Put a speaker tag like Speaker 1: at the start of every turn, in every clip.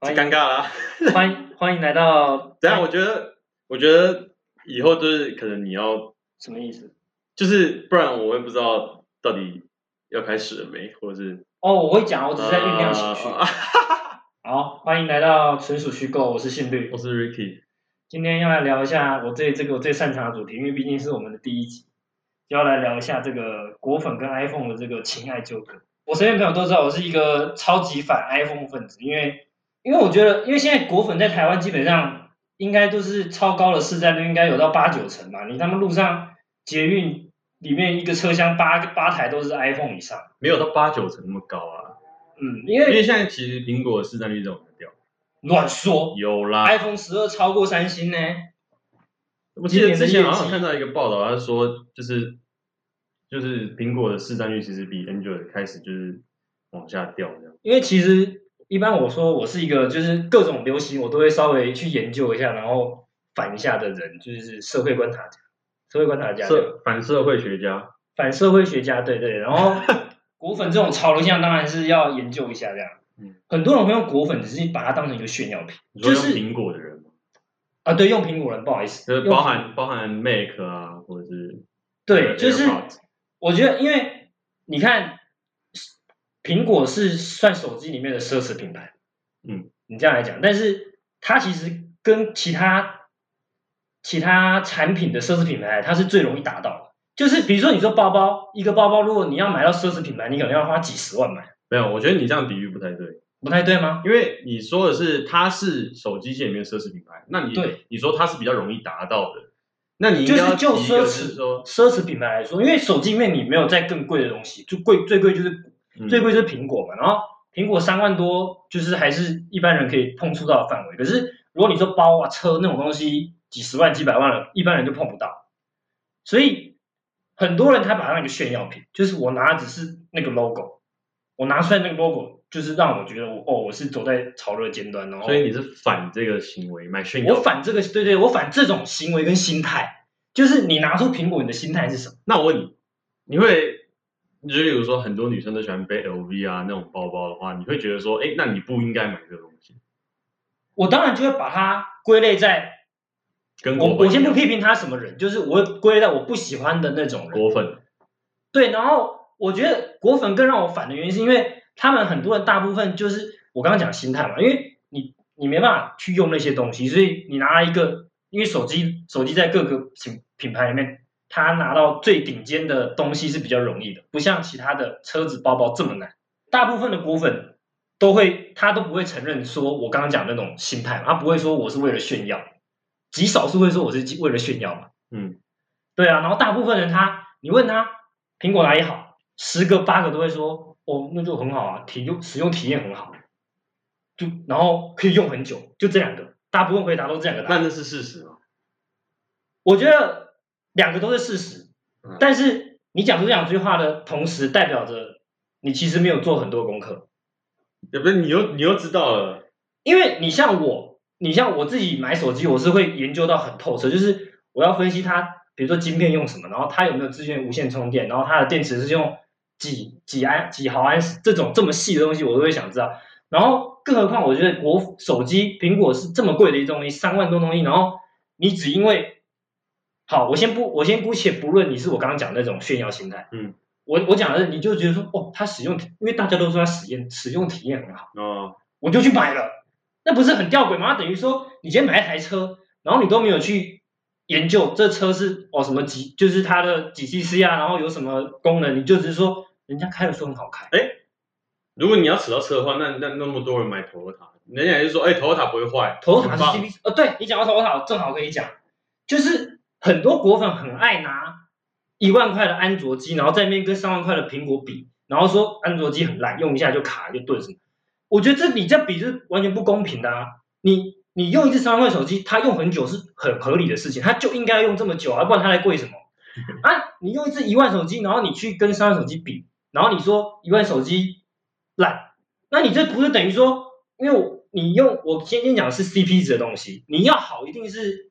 Speaker 1: 欢
Speaker 2: 尴
Speaker 1: 迎
Speaker 2: 尬啦。
Speaker 1: 欢欢迎来到，哎
Speaker 2: 等一下我觉得，我觉得以后就是可能你要，
Speaker 1: 什么意思？
Speaker 2: 就是不然我会不知道到底要开始了没，或者是
Speaker 1: 哦，我会讲，我只是在酝酿情绪。
Speaker 2: 啊
Speaker 1: 好，欢迎来到纯属虚构，我是信律
Speaker 2: 我。是 Ricky，
Speaker 1: 今天要来聊一下我对这个我最擅长的主题，因为毕竟是我们的第一集，就要来聊一下这个果粉跟 iPhone 的这个情爱纠葛。我身边朋友都知道我是一个超级反 iPhone 分子，因为因为我觉得，因为现在果粉在台湾基本上应该都是超高的市占率，应该有到八九成嘛。你他们路上捷运里面一个车厢八八台都是 iPhone 以上，
Speaker 2: 没有到八九成那么高啊，
Speaker 1: 嗯，因
Speaker 2: 因
Speaker 1: 为
Speaker 2: 为现在其实苹果的市占率这种很掉，
Speaker 1: 乱说
Speaker 2: 有啦。
Speaker 1: ，iPhone 十二超过三星呢。
Speaker 2: 我记得之前好
Speaker 1: 今年的业
Speaker 2: 像
Speaker 1: 绩
Speaker 2: 看到一个报道，他说就是就是苹果的市占率其实比 Android 开始就是往下掉这样。
Speaker 1: 因为其实一般我说我是一个就是各种流行我都会稍微去研究一下，然后反一下的人，就是社会观察家，社会观察家，对
Speaker 2: 社反社会学家，
Speaker 1: 反社会学家，对对。然后果粉这种潮流现象当然是要研究一下这样。
Speaker 2: 嗯
Speaker 1: 很多人会用果粉，只是把它当成一个炫耀品
Speaker 2: 你说用
Speaker 1: 就是
Speaker 2: 苹果的人吗？
Speaker 1: 啊。对，用苹果人不好意思，
Speaker 2: 就是
Speaker 1: 用
Speaker 2: 包含包含 Mac 啊，或者是
Speaker 1: 对，就是
Speaker 2: AirPods
Speaker 1: 我觉得，因为你看，苹果是算手机里面的奢侈品牌，
Speaker 2: 嗯，
Speaker 1: 你这样来讲，但是它其实跟其他其他产品的奢侈品牌，它是最容易达到的。就是比如说，你说包包，一个包包，如果你要买到奢侈品牌，你可能要花几十万买，
Speaker 2: 没有，我觉得你这样比喻不太对，
Speaker 1: 不太对吗？
Speaker 2: 因为你说的是它是手机界里面的奢侈品牌，那你
Speaker 1: 对
Speaker 2: 你说它是比较容易达到的，那你应
Speaker 1: 就
Speaker 2: 该
Speaker 1: 是
Speaker 2: 要
Speaker 1: 就
Speaker 2: 提一个
Speaker 1: 奢
Speaker 2: 是
Speaker 1: 侈
Speaker 2: 说
Speaker 1: 奢侈品牌来说，因为手机里面你没有再更贵的东西，就贵最贵就是
Speaker 2: 嗯
Speaker 1: 最贵就是苹果嘛，然后苹果三万多，就是还是一般人可以碰触到的范围。可是如果你说包啊、车那种东西，几十万、几百万了，一般人就碰不到。所以很多人他把它那个炫耀品，就是我拿的只是那个 logo，我拿出来那个 logo，就是让我觉得我哦，我是走在潮流的尖端，然后
Speaker 2: 所以你是反这个行为买炫
Speaker 1: 我
Speaker 2: 耀。
Speaker 1: 反这个，对对，我反这种行为跟心态，就是你拿出苹果，你的心态是什么？
Speaker 2: 那我问你，你会就是比如说很多女生都喜欢背 LV 啊那种包包的话，你会觉得说，哎，那你不应该买这个东西，
Speaker 1: 我当然就会把它归类在
Speaker 2: 跟
Speaker 1: 我
Speaker 2: 果
Speaker 1: 我先
Speaker 2: 粉
Speaker 1: 不批评他什么人，就是我会归类在我不喜欢的那种人。
Speaker 2: 果粉，
Speaker 1: 对，然后我觉得果粉更让我反的原因是因为他们很多人大部分就是我刚刚讲心态嘛，因为你你没办法去用那些东西，所以你拿一个，因为手机手机在各个品品牌里面，它拿到最顶尖的东西是比较容易的，不像其他的车子包包这么难。大部分的果粉都会，他都不会承认说我刚刚讲的那种心态嘛，他不会说我是为了炫耀，极少数会说我是为了炫耀嘛。
Speaker 2: 嗯，
Speaker 1: 对啊，然后大部分人他，你问他苹果哪里好，十个八个都会说，哦，那就很好啊，体用使用体验很好，就然后可以用很久，就这两个，大部分回答都这两个答
Speaker 2: 那
Speaker 1: 案。
Speaker 2: 那是事实嘛？
Speaker 1: 我觉得两个都是事实
Speaker 2: 嗯，
Speaker 1: 但是你讲出这两句话的同时，代表着你其实没有做很多功课，
Speaker 2: 也不是你又你又知道了，
Speaker 1: 因为你像我，你像我自己买手机，我是会研究到很透彻，就是我要分析它，比如说晶片用什么，然后它有没有支援无线充电，然后它的电池是用几几安几毫安时这种这么细的东西，我都会想知道。然后，更何况我觉得国手机苹果是这么贵的一东西，三万多东西，然后你只因为好，我先不我先姑且不论你是我刚刚讲的那种炫耀心态，
Speaker 2: 嗯，
Speaker 1: 我我讲的你就觉得说哦，它使用体，因为大家都说它使用使用体验很好。
Speaker 2: 哦，
Speaker 1: 我就去买了，那不是很吊诡吗？等于说你今天买一台车，然后你都没有去研究这车是哦什么几，就是它的几 CC 啊，然后有什么功能，你就只是说人家开的说很好开，
Speaker 2: 如果你要扯到车的话，那那那么多人买 Toyota，人家也是说，哎、t o y o t a 不会坏
Speaker 1: 头塔
Speaker 2: 很
Speaker 1: 是
Speaker 2: 棒
Speaker 1: CP，呃，对你讲到头塔，正好可以讲，就是很多果粉很爱拿一万块的安卓机，然后在那边跟三万块的苹果比，然后说安卓机很烂，用一下就卡就顿什么。我觉得这比这比是完全不公平的啊！你你用一只三万块手机，它用很久是很合理的事情，它就应该用这么久啊，不然它来贵什么？ 啊，你用一只一万手机，然后你去跟三万手机比，然后你说一万手机烂，那你这不是等于说，因为我你用我今天讲的是 CP 值的东西，你要好一定是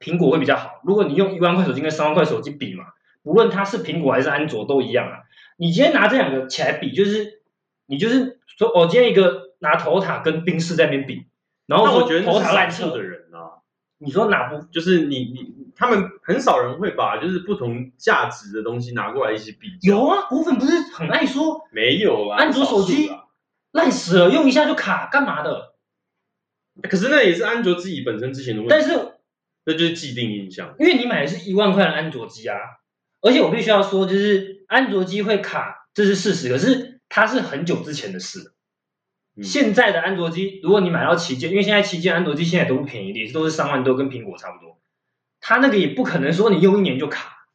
Speaker 1: 苹果会比较好。如果你用一万块手机跟三万块手机比嘛，无论它是苹果还是安卓都一样啊。你今天拿这两哦个起来比，就是你就是说，我、今天一个拿头塔跟宾士在那边比，然后
Speaker 2: 那
Speaker 1: 说
Speaker 2: 我觉得
Speaker 1: 头
Speaker 2: 那
Speaker 1: 砸烂
Speaker 2: 是少
Speaker 1: 车
Speaker 2: 数的，人啊，
Speaker 1: 你说哪不？
Speaker 2: 就是你你他们很少人会把就是不同价值的东西拿过来一起比较，
Speaker 1: 有啊，果粉不是很爱说
Speaker 2: 没有啊？
Speaker 1: 安卓手机
Speaker 2: 少数啊
Speaker 1: 烂死了，用一下就卡，干嘛的？
Speaker 2: 可是那也是安卓自己本身之前的问
Speaker 1: 但
Speaker 2: 题，
Speaker 1: 是
Speaker 2: 那就是既定印象。
Speaker 1: 因为你买的是一万块的安卓机啊，而且我必须要说，就是安卓机会卡，这是事实，可是它是很久之前的事了。
Speaker 2: 嗯
Speaker 1: 现在的安卓机，如果你买到旗舰，因为现在旗舰安卓机现在都不便宜，也都是三万多，跟苹果差不多。它那个也不可能说你用一年就卡，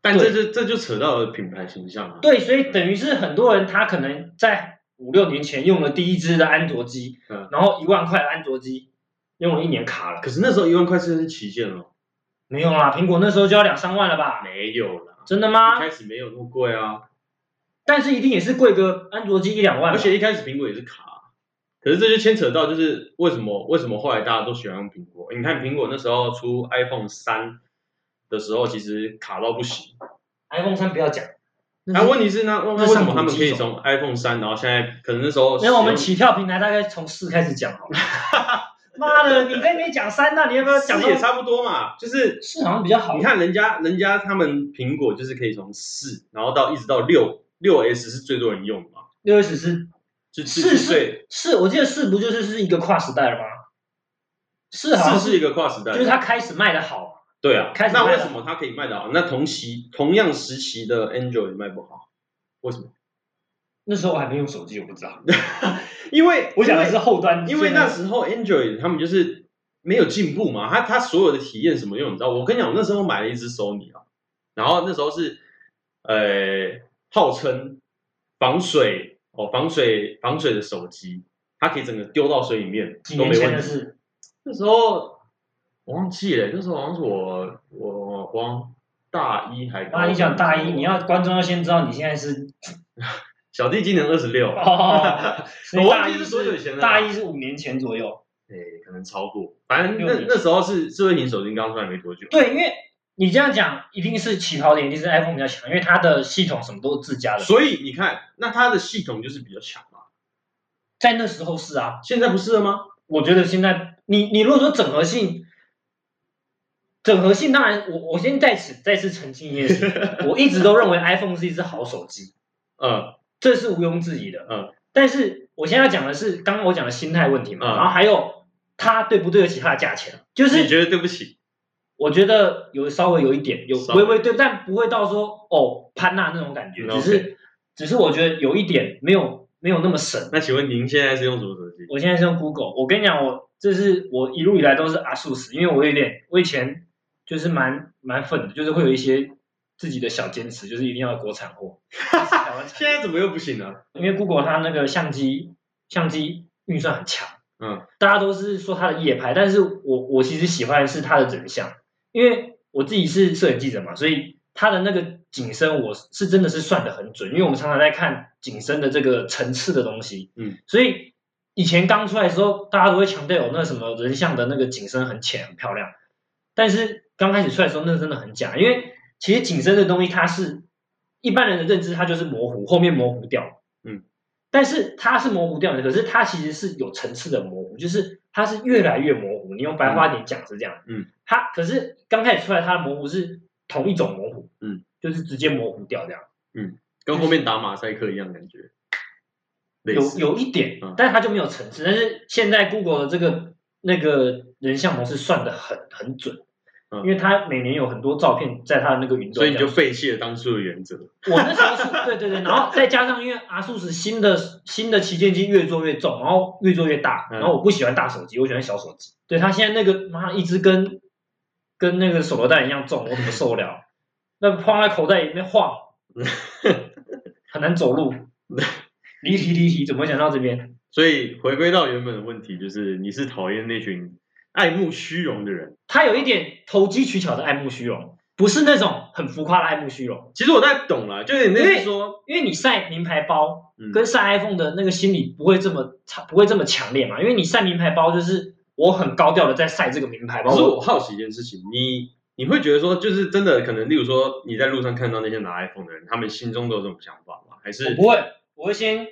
Speaker 2: 但这就这就扯到了品牌形象啊。
Speaker 1: 对，所以等于是很多人他可能在五六年前用了第一支的安卓机，
Speaker 2: 嗯
Speaker 1: 然后一万块的安卓机用了一年卡了，
Speaker 2: 可是那时候一万块是是旗舰哦，
Speaker 1: 没有啦，苹果那时候就要两三万了吧？
Speaker 2: 没有啦，
Speaker 1: 真的
Speaker 2: 一
Speaker 1: 吗？
Speaker 2: 开始没有那么贵啊，
Speaker 1: 但是一定也是贵个安卓机一两万
Speaker 2: 而
Speaker 1: 吧，
Speaker 2: 且一开始苹果也是卡啊。可是这就牵扯到，就是为什么为什么后来大家都喜欢用苹果？你看苹果那时候出 iPhone 三的时候，其实卡到不行。
Speaker 1: iPhone 三不要讲，那
Speaker 2: 哎，
Speaker 1: 是
Speaker 2: 问题是呢，那
Speaker 1: 那
Speaker 2: 为
Speaker 1: 是
Speaker 2: 什么他们
Speaker 1: 上古
Speaker 2: 可以
Speaker 1: 机种
Speaker 2: 从 iPhone 三，然后现在可能那时候
Speaker 1: 没有，我们
Speaker 2: 使
Speaker 1: 起跳平台大概从四开始讲 好了。妈的，你跟没讲三那你要不要
Speaker 2: 用
Speaker 1: 讲
Speaker 2: 四
Speaker 1: 到
Speaker 2: 也差不多嘛，就是
Speaker 1: 四好像比较好？
Speaker 2: 你看人家，人家他们苹果就是可以从四，然后到一直到六，六 S 是最多人用的嘛，
Speaker 1: 六 S 是
Speaker 2: 就
Speaker 1: 四
Speaker 2: 最
Speaker 1: 是四，我记得四不就是是一个跨时代了吗？四好像
Speaker 2: 四是一个跨时代，
Speaker 1: 就是它开始卖的好，
Speaker 2: 对啊
Speaker 1: 开。始卖
Speaker 2: 那
Speaker 1: 了
Speaker 2: 为什么它可以卖得好？那同期同样时期的 Android 卖不好，为什么？
Speaker 1: 那时候我还没用手机，我不知道。
Speaker 2: 因为
Speaker 1: 我讲的是后啊端，
Speaker 2: 因为因为那时候 Android 他们就是没有进步嘛，它它所有的体验什么用，你知道？我跟你讲，我那时候买了一只 Sony 啊，然后那时候是呃号称防水哦防水防水的手机，它可以整个丢到水里面
Speaker 1: 几
Speaker 2: 都
Speaker 1: 年
Speaker 2: 没
Speaker 1: 前的
Speaker 2: 问题。
Speaker 1: 事，
Speaker 2: 那时候我忘记了，那时候好像是我我我往大一还高
Speaker 1: 妈，你讲大一，你
Speaker 2: 要
Speaker 1: 要观众要先知道你现在是
Speaker 2: 小弟今年二十六，
Speaker 1: 哦，所以
Speaker 2: 我
Speaker 1: 大
Speaker 2: 忘
Speaker 1: 一
Speaker 2: 记是多久前了啊
Speaker 1: 大一是五年前左右。
Speaker 2: 哎、可能超过，反正
Speaker 1: 六
Speaker 2: 那
Speaker 1: 年
Speaker 2: 那时候是智慧型手机刚出来没多久。
Speaker 1: 对，因为你这样讲，一定是起跑点，一定是 iPhone 比较强，因为它的系统什么都是自家的，
Speaker 2: 所以你看，那它的系统就是比较强嘛。
Speaker 1: 在那时候是啊。
Speaker 2: 现在不是了吗？
Speaker 1: 我觉得现在你你如果说整合性，整合性当然我我先在此再次澄清一件 事，我一直都认为 iPhone 是一只好手机，
Speaker 2: 嗯
Speaker 1: 这是毋庸置疑的。
Speaker 2: 嗯，
Speaker 1: 但是我现在要讲的是刚刚我讲的心态问题嘛，
Speaker 2: 嗯
Speaker 1: 然后还有它对不对得起它的价钱，就
Speaker 2: 你
Speaker 1: 是
Speaker 2: 觉得对不起？
Speaker 1: 我觉得有稍微有一点有
Speaker 2: 稍微
Speaker 1: 微微对，但不会到说哦潘娜那种感觉，
Speaker 2: 嗯
Speaker 1: 只是只是我觉得有一点没有没有那么神。
Speaker 2: 那请问您现在是用什么手机？
Speaker 1: 我现在是用 Google。我跟你讲，我这是我一路以来都是阿素斯，因为我有点，我以前就是蛮蛮粉的，就是会有一些自己的小坚持，就是一定要有国产 货。就是台湾产
Speaker 2: 现在怎么又不行了？
Speaker 1: 因为 Google 它那个相机相机运算很强，
Speaker 2: 嗯，
Speaker 1: 大家都是说它的夜拍，但是我我其实喜欢的是它的人像，因为我自己是摄影记者嘛，所以它的那个景深我是真的是算的很准，因为我们常常在看景深的这个层次的东西，
Speaker 2: 嗯，
Speaker 1: 所以以前刚出来的时候，大家都会强调有那什么人像的那个景深很浅很漂亮，但是刚开始出来的时候，那真的很假，因为其实景深的东西它是一般人的认知，它就是模糊，后面模糊掉，
Speaker 2: 嗯，
Speaker 1: 但是它是模糊掉的，可是它其实是有层次的模糊，就是它是越来越模糊。你用白话点讲是这样，
Speaker 2: 嗯，
Speaker 1: 它可是刚开始出来它的模糊是同一种模糊，
Speaker 2: 嗯，
Speaker 1: 就是直接模糊掉这样，
Speaker 2: 跟后面打马赛克一样感觉，类
Speaker 1: 有
Speaker 2: 似。
Speaker 1: 有一点
Speaker 2: 嗯，
Speaker 1: 但是它就没有层次。但是现在 Google 的这个那个人像模式算的很很准。
Speaker 2: 嗯
Speaker 1: 因为它每年有很多照片在它的那个云端，
Speaker 2: 所以你就废弃了当初的原则。
Speaker 1: 我那时候是对对对，然后再加上因为阿素是新的新的旗舰机越做越重，然后越做越大，
Speaker 2: 嗯
Speaker 1: 然后我不喜欢大手机，我喜欢小手机。对他现在那个妈一只跟跟那个手榴弹一样重，我怎么受得了？那放在口袋里面晃，很难走路。离题离题，怎么会讲到这边？
Speaker 2: 所以回归到原本的问题，就是你是讨厌那群爱慕虚荣的人。
Speaker 1: 他有一点投机取巧的爱慕虚荣，不是那种很浮夸的爱慕虚荣，
Speaker 2: 其实我在懂了，就有点类似说，
Speaker 1: 因为你晒名牌包，
Speaker 2: 嗯
Speaker 1: 跟晒 iPhone 的那个心理不会这么差，不会这么强烈嘛？因为你晒名牌包就是我很高调的在晒这个名牌包
Speaker 2: 可，是我好奇一件事情，你你会觉得说，就是真的可能，例如说你在路上看到那些拿 iPhone 的人，他们心中都有这种想法吗？还
Speaker 1: 我啊
Speaker 2: 是
Speaker 1: 不会，我会先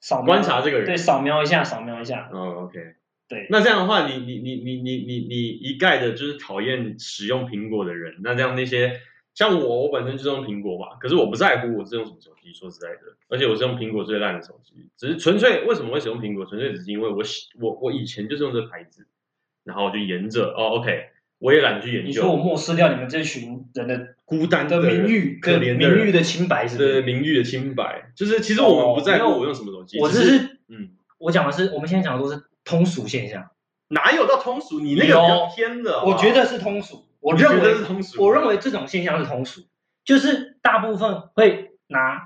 Speaker 1: 扫描
Speaker 2: 观察这个人？
Speaker 1: 对，扫描一下，扫描一下，
Speaker 2: 哦，OK，
Speaker 1: 对
Speaker 2: 那这样的话，你你你你你你你一概的就是讨厌使用苹果的人，那这样那些像我，我本身就是用苹果嘛，可是我不在乎我是用什么手机，说实在的，而且我是用苹果最烂的手机，只是纯粹为什么会使用苹果，纯粹只是因为我喜我我以前就是用这个牌子，然后我就沿着哦，OK，我也懒得去研
Speaker 1: 你说我
Speaker 2: 究，
Speaker 1: 漠视掉你们这群人的
Speaker 2: 孤单
Speaker 1: 的
Speaker 2: 人
Speaker 1: 名誉、
Speaker 2: 可
Speaker 1: 的
Speaker 2: 怜
Speaker 1: 名
Speaker 2: 的人
Speaker 1: 誉的清白是不
Speaker 2: 对
Speaker 1: 是？
Speaker 2: 名誉的清白，就是其实我们不在乎
Speaker 1: 哦没有
Speaker 2: 我用什么手机，
Speaker 1: 我
Speaker 2: 只
Speaker 1: 这是
Speaker 2: 嗯，
Speaker 1: 我讲的是，我们现在讲的都是通俗现象，
Speaker 2: 哪有到通俗？你那个比较偏的，好不
Speaker 1: 我
Speaker 2: 好
Speaker 1: 觉得是通俗，我
Speaker 2: 你觉
Speaker 1: 认
Speaker 2: 得
Speaker 1: 为
Speaker 2: 是通俗，
Speaker 1: 我认为这种现象是通俗，就是大部分会拿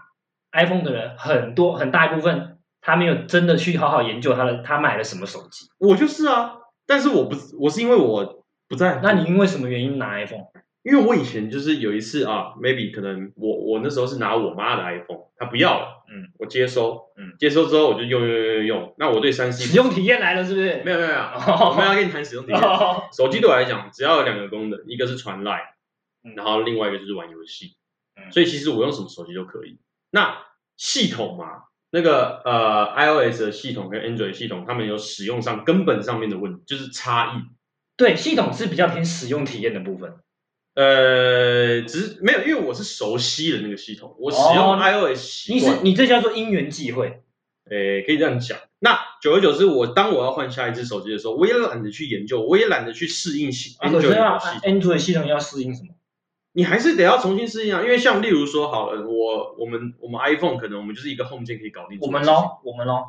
Speaker 1: iPhone 的人，很多很大一部分他没有真的去好好研究他的他买了什么手机。
Speaker 2: 我就是啊，但是我不我是因为我不在乎，
Speaker 1: 那你因为什么原因拿 iPhone？
Speaker 2: 因为我以前就是有一次啊，maybe 可能我我那时候是拿我妈的 iPhone，她不要了，
Speaker 1: 嗯，
Speaker 2: 我接收，
Speaker 1: 嗯，
Speaker 2: 接收之后我就用用用用用，那我对三 C
Speaker 1: 使用哦体验来了是不是？
Speaker 2: 没有没有没有，我们
Speaker 1: 有。
Speaker 2: 要跟你谈使用体验。
Speaker 1: 哦
Speaker 2: 手机对我来讲，只要有两个功能，一个是传 line，
Speaker 1: 嗯
Speaker 2: 然后另外一个就是玩游戏。
Speaker 1: 嗯
Speaker 2: 所以其实我用什么手机都可以。那系统嘛，那个呃 iOS 的系统跟 Android 系统，他们有使用上根本上面的问题，就是差异。
Speaker 1: 对，系统是比较偏使用体验的部分。
Speaker 2: 呃，只是没有，因为我是熟悉的那个系统，我使用
Speaker 1: 哦
Speaker 2: iOS 习
Speaker 1: 你
Speaker 2: 惯
Speaker 1: 是，你这叫做因缘际会。
Speaker 2: 诶、可以这样讲。那久而久之，我当我要换下一只手机的时候，我也懒得去研究，我也懒得去适应系
Speaker 1: 啊可
Speaker 2: Android
Speaker 1: 是要
Speaker 2: 的系统。
Speaker 1: Android 系统要适应什么？
Speaker 2: 你还是得要重新适应啊，因为像例如说好了，我我们我们 iPhone 可能我们就是一个 Home 键可以搞定。
Speaker 1: 我们，咯，我们咯，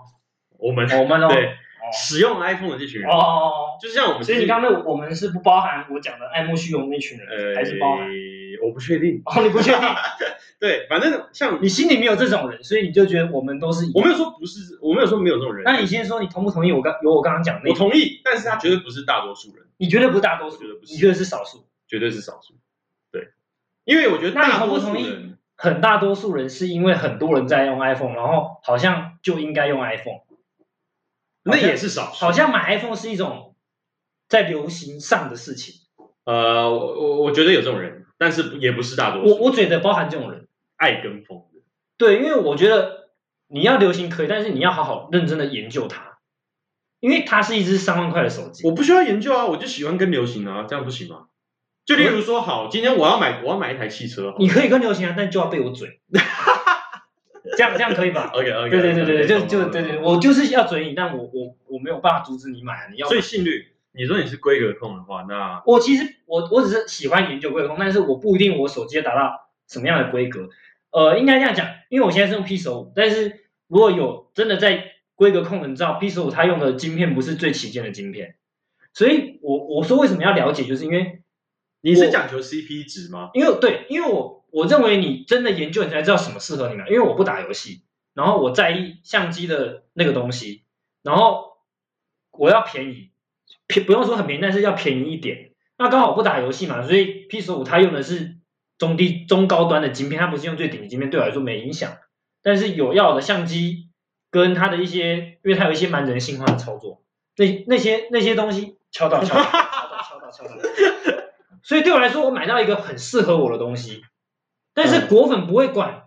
Speaker 2: 我们
Speaker 1: 我们咯。
Speaker 2: 对
Speaker 1: 哦
Speaker 2: 使用 iPhone 的这群人，
Speaker 1: 哦哦哦。
Speaker 2: 就像我们
Speaker 1: 所以
Speaker 2: 是
Speaker 1: 你刚刚那我们是不包含我讲的爱慕虚荣那群人，还是包含？
Speaker 2: 呃，我不确定。
Speaker 1: 哦，你不确定，
Speaker 2: 对，反正像
Speaker 1: 你心里没有这种人，所以你就觉得我们都是一样。
Speaker 2: 我没有说不是，我没有说没有这种人，
Speaker 1: 那你先说，你同不同意我刚有我刚刚讲的
Speaker 2: 我
Speaker 1: 那种？
Speaker 2: 同意，但是他绝对不是大多数人，
Speaker 1: 你觉得不是大多数
Speaker 2: 我觉得不，是
Speaker 1: 你觉得是少数？
Speaker 2: 绝对是少数。对，因为我觉得
Speaker 1: 那你
Speaker 2: 大
Speaker 1: 同
Speaker 2: 多
Speaker 1: 不
Speaker 2: 数
Speaker 1: 同意
Speaker 2: 人
Speaker 1: 很大多数人是因为很多人在用 iPhone，然后好像就应该用 iPhone，
Speaker 2: 那
Speaker 1: 好像
Speaker 2: 也是少数
Speaker 1: 好。像买 iPhone 是一种在流行上的事情。
Speaker 2: 呃，我我我觉得有这种人，但是也不是大多
Speaker 1: 我
Speaker 2: 数。
Speaker 1: 我觉得包含这种人，
Speaker 2: 爱跟风的，
Speaker 1: 对，因为我觉得你要流行可以，但是你要好好认真的研究它，因为它是一只三万块的手机。
Speaker 2: 我不需要研究啊，我就喜欢跟流行啊，这样不行吗？就例如说，好，今天我要买我要买一台汽车
Speaker 1: 你可以跟流行啊，但就要被我 嘴，这样这样可以吧？
Speaker 2: ，OK OK，
Speaker 1: 对对对对对，就就对对，。我就是要嘴你，但我我我没有办法阻止你买啊，你要买
Speaker 2: 所以信率，你说你是规格控的话，那
Speaker 1: 我其实我我只是喜欢研究规格控，但是我不一定我手机要达到什么样的规格。呃，应该这样讲，因为我现在是用 P 手五，但是如果有真的在规格控的，你知道 P 手五它用的晶片不是最旗舰的晶片，所以我我说为什么要了解，就是因为
Speaker 2: 你是讲求 CP 值吗？
Speaker 1: 因为对，因为我我认为你真的研究你才知道什么适合你嘛，因为我不打游戏，然后我在意相机的那个东西，然后我要便宜，便不用说很便宜，但是要便宜一点。那刚好我不打游戏嘛，所以 P 十五它用的是中低中高端的晶片，它不是用最顶级晶片，对我来说没影响。但是有要的相机跟它的一些，因为它有一些蛮人性化的操作，那那些那些东西敲到敲到敲到敲到敲 到，所以对我来说，我买到一个很适合我的东西。但是果粉不会管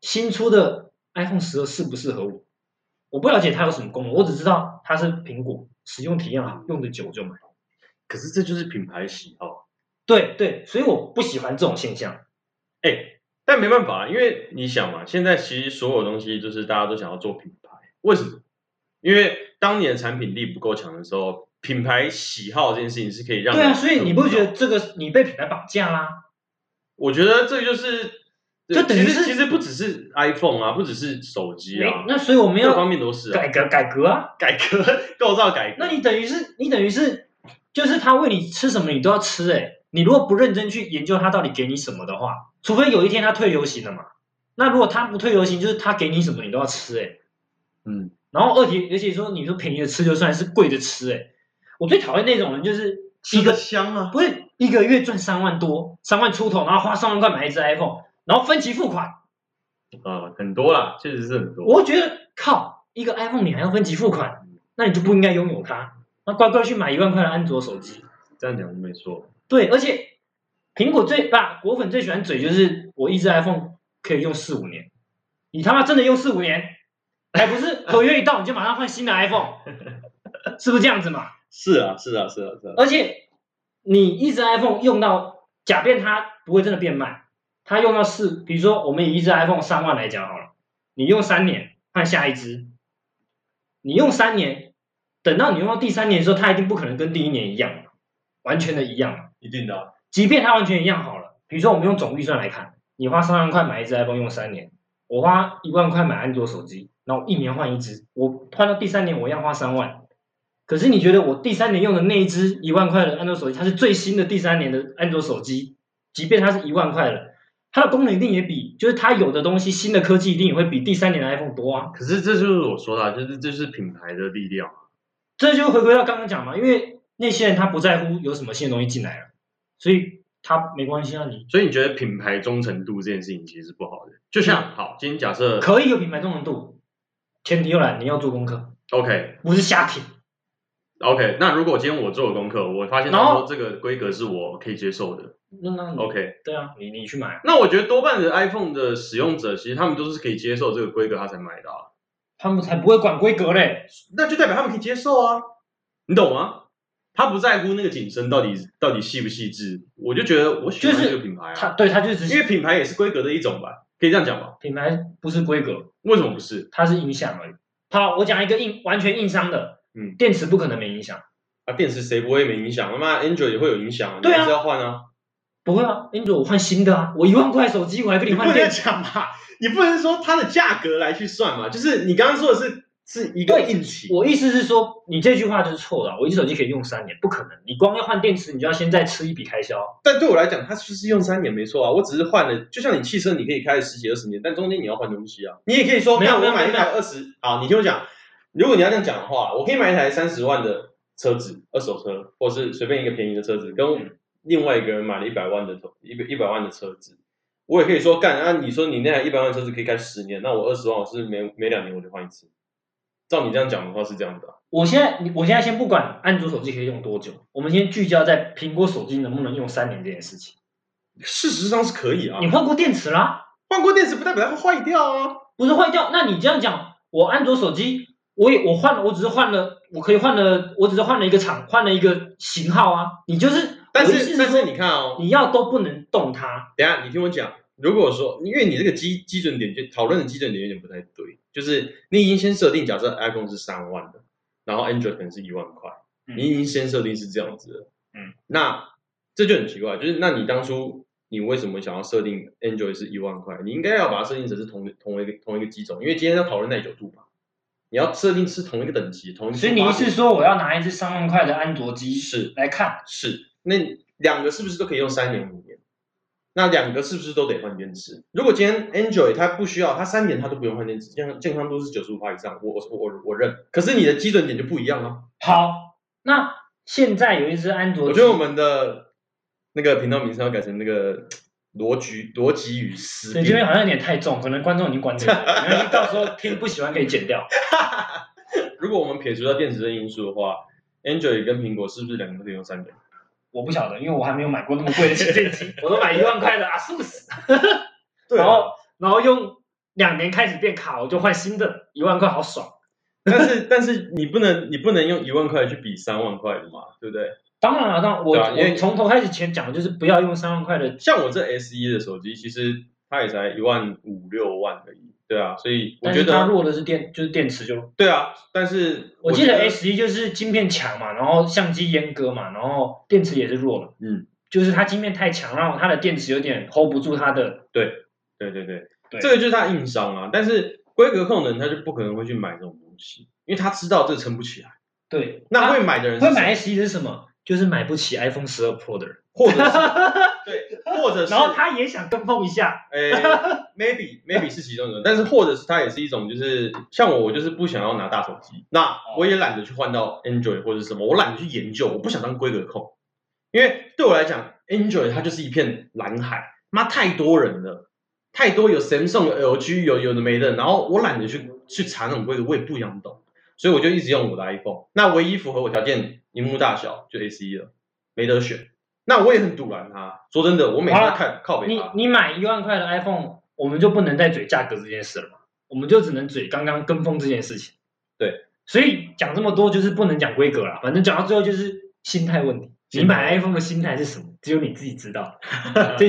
Speaker 1: 新出的 iPhone 十二适不适合我，我不了解它有什么功能，我只知道它是苹果，使用体验好，用的久就买。
Speaker 2: 可是这就是品牌喜好，
Speaker 1: 对对，所以我不喜欢这种现象。
Speaker 2: 哎，但没办法，因为你想嘛，现在其实所有东西就是大家都想要做品牌，为什么？因为当你的产品力不够强的时候，品牌喜好这件事情是可以让
Speaker 1: 对啊，所以你不
Speaker 2: 很
Speaker 1: 觉得这个你被品牌绑架啦？
Speaker 2: 我觉得这就是，
Speaker 1: 这等于
Speaker 2: 其实
Speaker 1: 是
Speaker 2: 其实不只是 iPhone 啊，不只是手机啊
Speaker 1: 没，哎那所以我们
Speaker 2: 各方
Speaker 1: 要
Speaker 2: 面都是啊，
Speaker 1: 改革改革啊。
Speaker 2: 改革构造改革。
Speaker 1: 那你等于是你等于是就是他喂你吃什么你都要吃哎、你如果不认真去研究他到底给你什么的话，除非有一天他退流行了嘛。那如果他不退流行，就是他给你什么你都要吃哎、
Speaker 2: 嗯，
Speaker 1: 然后二题，而且说你说便宜的吃就算是贵的吃哎、我最讨厌那种人就是一个
Speaker 2: 香啊，
Speaker 1: 不是一个月赚三万多，三万出头，然后花三万块买一只 iPhone，然后分期付款，
Speaker 2: 呃，很多啦，确实是很多。
Speaker 1: 我觉得靠，一个 iPhone 你还要分期付款，那你就不应该拥有它，那乖乖去买一万块的安卓手机。
Speaker 2: 这样讲就没错。
Speaker 1: 对，而且苹果最把果粉最喜欢嘴就是我一只 iPhone 可以用四五年，你他妈真的用四五年，还不是合约一到你就马上换新的 iPhone，是不是这样子嘛？
Speaker 2: 是啊，是啊，是啊，是啊，
Speaker 1: 而且你一只 iPhone 用到，假变它不会真的变慢，它用到四，比如说我们以一只 iPhone 三万来讲好了，你用三年换下一只，你用三年，等到你用到第三年的时候，它一定不可能跟第一年一样嘛，完全的一样嘛。
Speaker 2: 一定的啊、
Speaker 1: 即便它完全一样好了，比如说我们用总预算来看，你花三万块买一只 iPhone 用三年，我花一万块买安卓手机，然后一年换一只，我换到第三年我要花三万。可是你觉得我第三年用的那一只一万块的安卓手机，它是最新的第三年的安卓手机，即便它是一万块了，它的功能一定也比，就是它有的东西新的科技一定也会比第三年的 iPhone 多啊。
Speaker 2: 可是这就是我说的啊、就是这就是品牌的力量啊。
Speaker 1: 这就回归到刚刚讲嘛，因为那些人他不在乎有什么新的东西进来了，所以他没关系啊，你
Speaker 2: 所以你觉得品牌忠诚度这件事情其实是不好的？就像好，今天假设
Speaker 1: 可以有品牌忠诚度，前提又来你要做功课，
Speaker 2: OK
Speaker 1: 不是瞎品。
Speaker 2: OK，那如果今天我做了功课，我发现
Speaker 1: 然
Speaker 2: 他
Speaker 1: 后
Speaker 2: 说这个规格是我可以接受的
Speaker 1: 那那你
Speaker 2: ，OK，
Speaker 1: 对啊，你你去买啊，
Speaker 2: 那我觉得多半的 iPhone 的使用者其实他们都是可以接受这个规格他才买的、啊，
Speaker 1: 他们才不会管规格嘞。
Speaker 2: 那就代表他们可以接受啊，你懂吗？他不在乎那个紧身到底到底细不细致，我就觉得我喜欢
Speaker 1: 就是
Speaker 2: 这个品牌啊，
Speaker 1: 他对他就只
Speaker 2: 因
Speaker 1: 是
Speaker 2: 为品牌也是规格的一种吧，可以这样讲吧？
Speaker 1: 品牌不是规格，
Speaker 2: 为什么不是
Speaker 1: 它是影响而已。好，我讲一个硬完全硬伤的，
Speaker 2: 嗯
Speaker 1: 电池不可能没影响，
Speaker 2: 啊？电池谁不会没影响？他妈 Android 也会有影响，你
Speaker 1: 对啊
Speaker 2: 还是要换啊。
Speaker 1: 不会啊，Android 我换新的啊，我一万块手机我还跟你
Speaker 2: 你不
Speaker 1: 换
Speaker 2: 能
Speaker 1: 电池，
Speaker 2: 讲嘛，你不能说它的价格来去算嘛，就是你刚刚说的是是一个
Speaker 1: 对
Speaker 2: 硬期，
Speaker 1: 我意思是说你这句话就是错的啊，我一只手机可以用三年，不可能，你光要换电池，你就要先再吃一笔开销，啊
Speaker 2: 但对我来讲，它就是用三年没错啊，我只是换了，就像你汽车你可以开了十几二十年，但中间你要换东西啊，你也可以说，
Speaker 1: 没
Speaker 2: 那
Speaker 1: 有没
Speaker 2: 我
Speaker 1: 有
Speaker 2: 买一
Speaker 1: 没有
Speaker 2: 台二十，好，你听我讲，如果你要这样讲的话，我可以买一台三十万的车子，二手车，或是随便一个便宜的车子，跟另外一个人买了一百万的头一百一百万的车子。我也可以说干，那、你说你那台一百万的车子可以开十年，那我二十万我是每每两年我就换一次。照你这样讲的话是这样的啊、
Speaker 1: 我现在我现在先不管安卓手机可以用多久，我们先聚焦在苹果手机能不能用三年这件事情，
Speaker 2: 事实上是可以啊
Speaker 1: 你。换过电池啦，
Speaker 2: 换过电池不代表它会坏掉啊。
Speaker 1: 不是坏掉。那你这样讲，我安卓手机，我也我换了，我只是换了，我可以换了，我只是换了一个厂，换了一个型号啊。你就是，
Speaker 2: 但
Speaker 1: 我意思
Speaker 2: 是
Speaker 1: 是
Speaker 2: 但
Speaker 1: 说
Speaker 2: 是你看哦，
Speaker 1: 你要都不能动它，
Speaker 2: 等一下，你听我讲。如果说，因为你这个基基准点就讨论的基准点有点不太对，就是你已经先设定，假设 iPhone 是三万的，然后 Android 可能是一万块，
Speaker 1: 嗯
Speaker 2: 你已经先设定是这样子了。
Speaker 1: 嗯，
Speaker 2: 那这就很奇怪，就是那你当初你为什么想要设定 Android 是一万块？你应该要把它设定成是同同一个同一个机种，因为今天要讨论耐久度嘛，你要设定是同一个等级，同一个
Speaker 1: 所以你
Speaker 2: 出
Speaker 1: 意
Speaker 2: 发点
Speaker 1: 思说我要拿一只三万块的安卓机
Speaker 2: 是
Speaker 1: 来看，
Speaker 2: 是，那两个是不是都可以用三年五年？那两个是不是都得换电池？如果今天 Android 它不需要，它三年它都不用换电池，健康健康度是九十五以上，我我我我认。可是你的基准点就不一样啊。
Speaker 1: 好，那现在有一只安卓
Speaker 2: 我
Speaker 1: 机，
Speaker 2: 觉得我们的那个频道名称要改成那个逻辑逻辑与思
Speaker 1: 你这边
Speaker 2: 辨。
Speaker 1: 好像有点太重，可能观众已经关 掉了，因为到时候听不喜欢可以剪掉。
Speaker 2: 如果我们撇除掉电池的因素的话，Android 跟苹果是不是两个都可以用三年？
Speaker 1: 我不晓得，因为我还没有买过那么贵的 旗舰机，我都买一万块的啊 ASUS。
Speaker 2: 对啊
Speaker 1: 然后然后用两年开始变卡，我就换新的，一万块好爽。
Speaker 2: 但是但是你不能你不能用一万块去比三万块的嘛，对不对？
Speaker 1: 当然了，当然我、
Speaker 2: 对啊因为
Speaker 1: 我从头开始前讲的就是不要用三万块的，
Speaker 2: 像我这 S 一的手机，其实它也才一万五六万而已，对啊，所以我
Speaker 1: 但
Speaker 2: 觉
Speaker 1: 是它
Speaker 2: 得
Speaker 1: 弱的是电，就是电池就。
Speaker 2: 对啊，但是
Speaker 1: 我记得
Speaker 2: 觉
Speaker 1: S 一就是晶片强嘛，然后相机阉割嘛，然后电池也是弱的，
Speaker 2: 嗯，
Speaker 1: 就是它晶片太强，让它的电池有点 hold 不住它的。
Speaker 2: 对对对，
Speaker 1: 对
Speaker 2: 这个就是它硬伤啊。但是规格控的人他就不可能会去买这种东西，因为他知道这撑不起来。
Speaker 1: 对，
Speaker 2: 那
Speaker 1: 它
Speaker 2: 会买的人是
Speaker 1: 会
Speaker 2: 谁
Speaker 1: 买 S 一是什么？就是买不起 iPhone 十二 Pro 的人，
Speaker 2: 或者 是对，或者是
Speaker 1: 然后他也想跟风一下，
Speaker 2: 诶 maybe maybe 哎是其中一种，但是或者是它也是一种，就是像我，我就是不想要拿大手机，
Speaker 1: 哦
Speaker 2: 那我也懒得去换到 Android 或者是什么，我懒得去研究，我不想当规格控，因为对我来讲，Android 它就是一片蓝海，妈太多人了，太多有 Samsung 有 LG 有有的没的，然后我懒得去去查那种规格，我也不想懂，所以我就一直用我的 iPhone，那唯一符合我条件，荧幕大小就 A C E 了，没得选。那我也很堵拦它，说真的，我每次
Speaker 1: 好了
Speaker 2: 看靠北
Speaker 1: 你
Speaker 2: 它。
Speaker 1: 你买一万块的 iPhone，我们就不能再嘴价格这件事了嘛，我们就只能嘴刚刚跟风这件事情。
Speaker 2: 对，
Speaker 1: 所以讲这么多就是不能讲规格啦，反正讲到最后就是心态啊问题。你买 iPhone 的心态是什么？只有你自己知道，这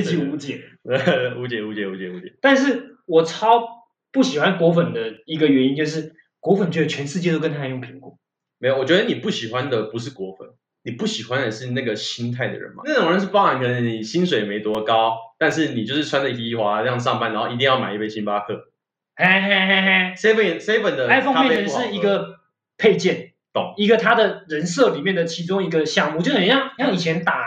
Speaker 1: 集无解。
Speaker 2: 无解无解无解无解，
Speaker 1: 但是我超不喜欢果粉的一个原因就是，果粉觉得全世界都跟他用苹果。
Speaker 2: 没有，我觉得你不喜欢的不是果粉，你不喜欢的是那个心态的人嘛。那种人是包含可能你薪水没多高，但是你就是穿着衣华这样上班，然后一定要买一杯星巴克
Speaker 1: 嘿嘿嘿嘿
Speaker 2: ，seven seven 的呃咖
Speaker 1: ，iPhone
Speaker 2: 啡
Speaker 1: 变
Speaker 2: 不
Speaker 1: 成
Speaker 2: 好喝
Speaker 1: 是一个配件，
Speaker 2: 懂嗯
Speaker 1: 一个他的人设里面的其中一个项目，就很像像以前打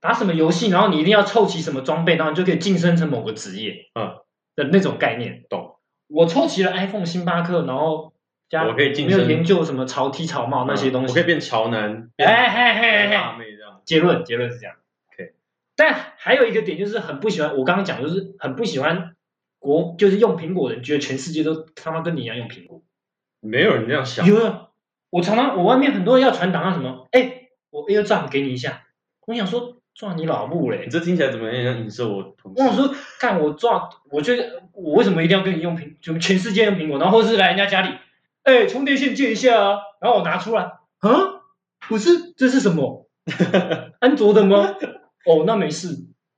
Speaker 1: 打什么游戏，然后你一定要凑齐什么装备，然后你就可以晋升成某个职业，
Speaker 2: 嗯
Speaker 1: 的那种概念。
Speaker 2: 懂？
Speaker 1: 我凑齐了 iPhone、星巴克，然后加
Speaker 2: 我可以晋
Speaker 1: 没
Speaker 2: 升嗯
Speaker 1: 有研究什么潮 T 潮帽那些东
Speaker 2: 我可
Speaker 1: 西
Speaker 2: 以。变潮男，变
Speaker 1: 哎嘿嘿嘿嘿
Speaker 2: 辣，妹这样。
Speaker 1: 结论结论是这样。
Speaker 2: OK
Speaker 1: 但还有一个点就是很不喜欢，我刚刚讲就是很不喜欢国，就是用苹果的人觉得全世界都他妈跟你一样用苹果。
Speaker 2: 没有人这样想，
Speaker 1: 有啊，我常常我外面很多人要传档案什么，哎，我 AirDrop 给你一下，我想说撞你老母嘞
Speaker 2: 你！这听起来怎么有点像影射我同
Speaker 1: 我
Speaker 2: 事
Speaker 1: 想？说干我撞，我觉得我为什么一定要跟你用苹，就全世界用苹果，然后或是来人家家里，哎，充电线借一下啊，然后我拿出来，啊，不是，这是 什么？安卓的吗？哦，那没事。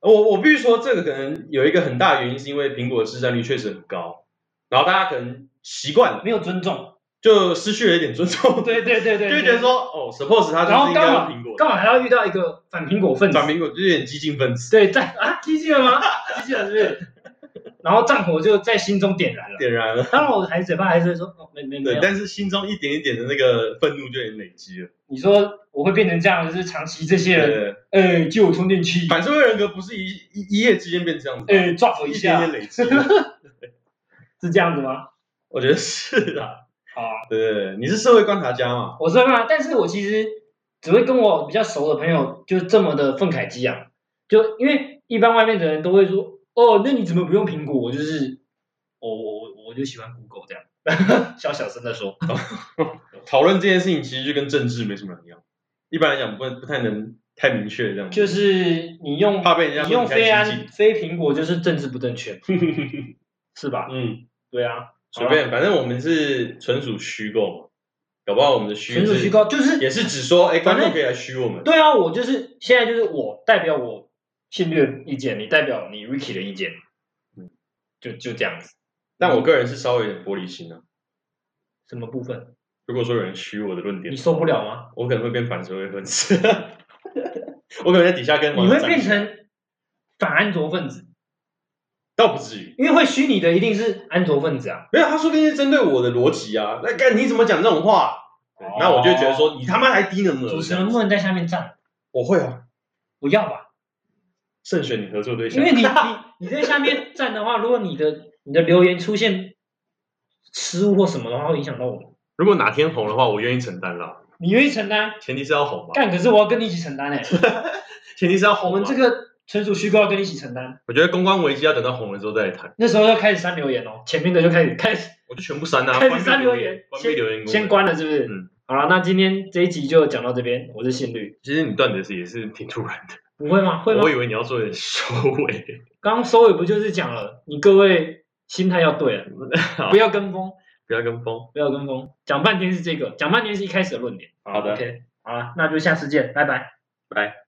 Speaker 2: 我我必须说，这个可能有一个很大的原因，是因为苹果的市占率确实很高，然后大家可能习惯了，
Speaker 1: 没有尊重。
Speaker 2: 就失去了一点尊重，，
Speaker 1: 对对对对，
Speaker 2: 就会觉得说，哦，suppose 他
Speaker 1: 对，
Speaker 2: 就是
Speaker 1: 然后
Speaker 2: 应该
Speaker 1: 刚
Speaker 2: 用
Speaker 1: 好
Speaker 2: 苹果的，
Speaker 1: 刚好还要遇到一个反苹果分子
Speaker 2: 反，苹果就有点激进分子，
Speaker 1: 对，在啊，激进了吗？ 激进了是不是？然后战火就在心中点燃了。
Speaker 2: 点燃了，
Speaker 1: 当然，我还嘴巴还是会说，哦，没没没
Speaker 2: 对，
Speaker 1: 有。
Speaker 2: 但是心中一点一点的那个愤怒就有点累积了，
Speaker 1: 你说我会变成这样，就是长期这些人，
Speaker 2: 对，
Speaker 1: 哎，借我充电器，
Speaker 2: 反社会人格不是一一一夜之间变这样子的，
Speaker 1: 哎，抓我一
Speaker 2: 一点
Speaker 1: 下
Speaker 2: 点，累积，
Speaker 1: 是这样子吗？
Speaker 2: 我觉得是啊，
Speaker 1: 好啊，
Speaker 2: 对，你是社会观察家嘛，
Speaker 1: 我说嘛，但是我其实只会跟我比较熟的朋友就这么的愤慨激昂，就因为一般外面的人都会说，哦，那你怎么不用苹果？我就是，我我我我就喜欢 Google 这样， 小小声的说，
Speaker 2: 讨论这件事情其实就跟政治没什么两样，一般来讲不不太能太明确这样，
Speaker 1: 就是你用
Speaker 2: 怕被人家
Speaker 1: 你
Speaker 2: 说
Speaker 1: 用
Speaker 2: 你太
Speaker 1: 非
Speaker 2: 激
Speaker 1: 安
Speaker 2: 进
Speaker 1: 非苹果就是政治不 正确，是吧？
Speaker 2: 嗯，
Speaker 1: 对啊，
Speaker 2: 随便，反正我们是纯属虚构嘛，搞不好我们的虚
Speaker 1: 纯属
Speaker 2: 是
Speaker 1: 虚构，就是
Speaker 2: 也是只说，哎，观众
Speaker 1: 反正
Speaker 2: 可以来虚我们，
Speaker 1: 对啊，我就是现在就是我代表我信略的意见，你代表你 Ricky 的意见，
Speaker 2: 嗯
Speaker 1: 就就这样子，
Speaker 2: 但我个人是稍微有点玻璃心啊。
Speaker 1: 什么部分
Speaker 2: 如果说有人虚我的论
Speaker 1: 你
Speaker 2: 点，
Speaker 1: 受不了吗？
Speaker 2: 我可能会变反社会分子， 我可能在底下跟网
Speaker 1: 你
Speaker 2: 友
Speaker 1: 会
Speaker 2: 站
Speaker 1: 变
Speaker 2: 起来，
Speaker 1: 成反安卓分子，
Speaker 2: 倒不至于，
Speaker 1: 因为会虚拟的一定是安卓分子啊。
Speaker 2: 没有，他说不定是针对我的逻辑啊，那干你怎么讲这种话？对
Speaker 1: 哦
Speaker 2: 那我就会觉得说你他妈还低能儿，
Speaker 1: 主持人不能在下面站，
Speaker 2: 我会啊，
Speaker 1: 不要吧？
Speaker 2: 慎选你合作对象，
Speaker 1: 因为你你你在下面站的话，如果你的你的留言出现失误或什么的话，会影响到我们。
Speaker 2: 如果哪天红的话，我愿意承担啦，
Speaker 1: 你愿意承担？
Speaker 2: 前提是要红嘛，
Speaker 1: 干，可是我要跟你一起承担哎、
Speaker 2: 前提是要红
Speaker 1: 我
Speaker 2: 嘛。
Speaker 1: 们这个纯属虚构，要跟你一起承担。
Speaker 2: 我觉得公关危机要等到红了之后再来谈，
Speaker 1: 那时候要开始删留言哦，前面的就开始开始
Speaker 2: 我就全部删啊，
Speaker 1: 开
Speaker 2: 关
Speaker 1: 始
Speaker 2: 闭
Speaker 1: 删
Speaker 2: 留
Speaker 1: 留
Speaker 2: 言
Speaker 1: 言，，
Speaker 2: 关闭
Speaker 1: 先
Speaker 2: 留言功
Speaker 1: 先
Speaker 2: 能。
Speaker 1: 关了是不是？
Speaker 2: 嗯。
Speaker 1: 好了，那今天这一集就讲到这边，我是信律，
Speaker 2: 其实你断的是也是挺突然的，
Speaker 1: 不会吗？会吗
Speaker 2: 我？以为你要做点收尾，
Speaker 1: 刚刚收尾不就是讲了，你各位心态要 对了，不要跟风，
Speaker 2: 不要跟风。
Speaker 1: 不要跟风。讲半天是这个，讲半天是一开始的论点。
Speaker 2: 好的
Speaker 1: OK，好了，那就下次见，拜拜。
Speaker 2: 拜。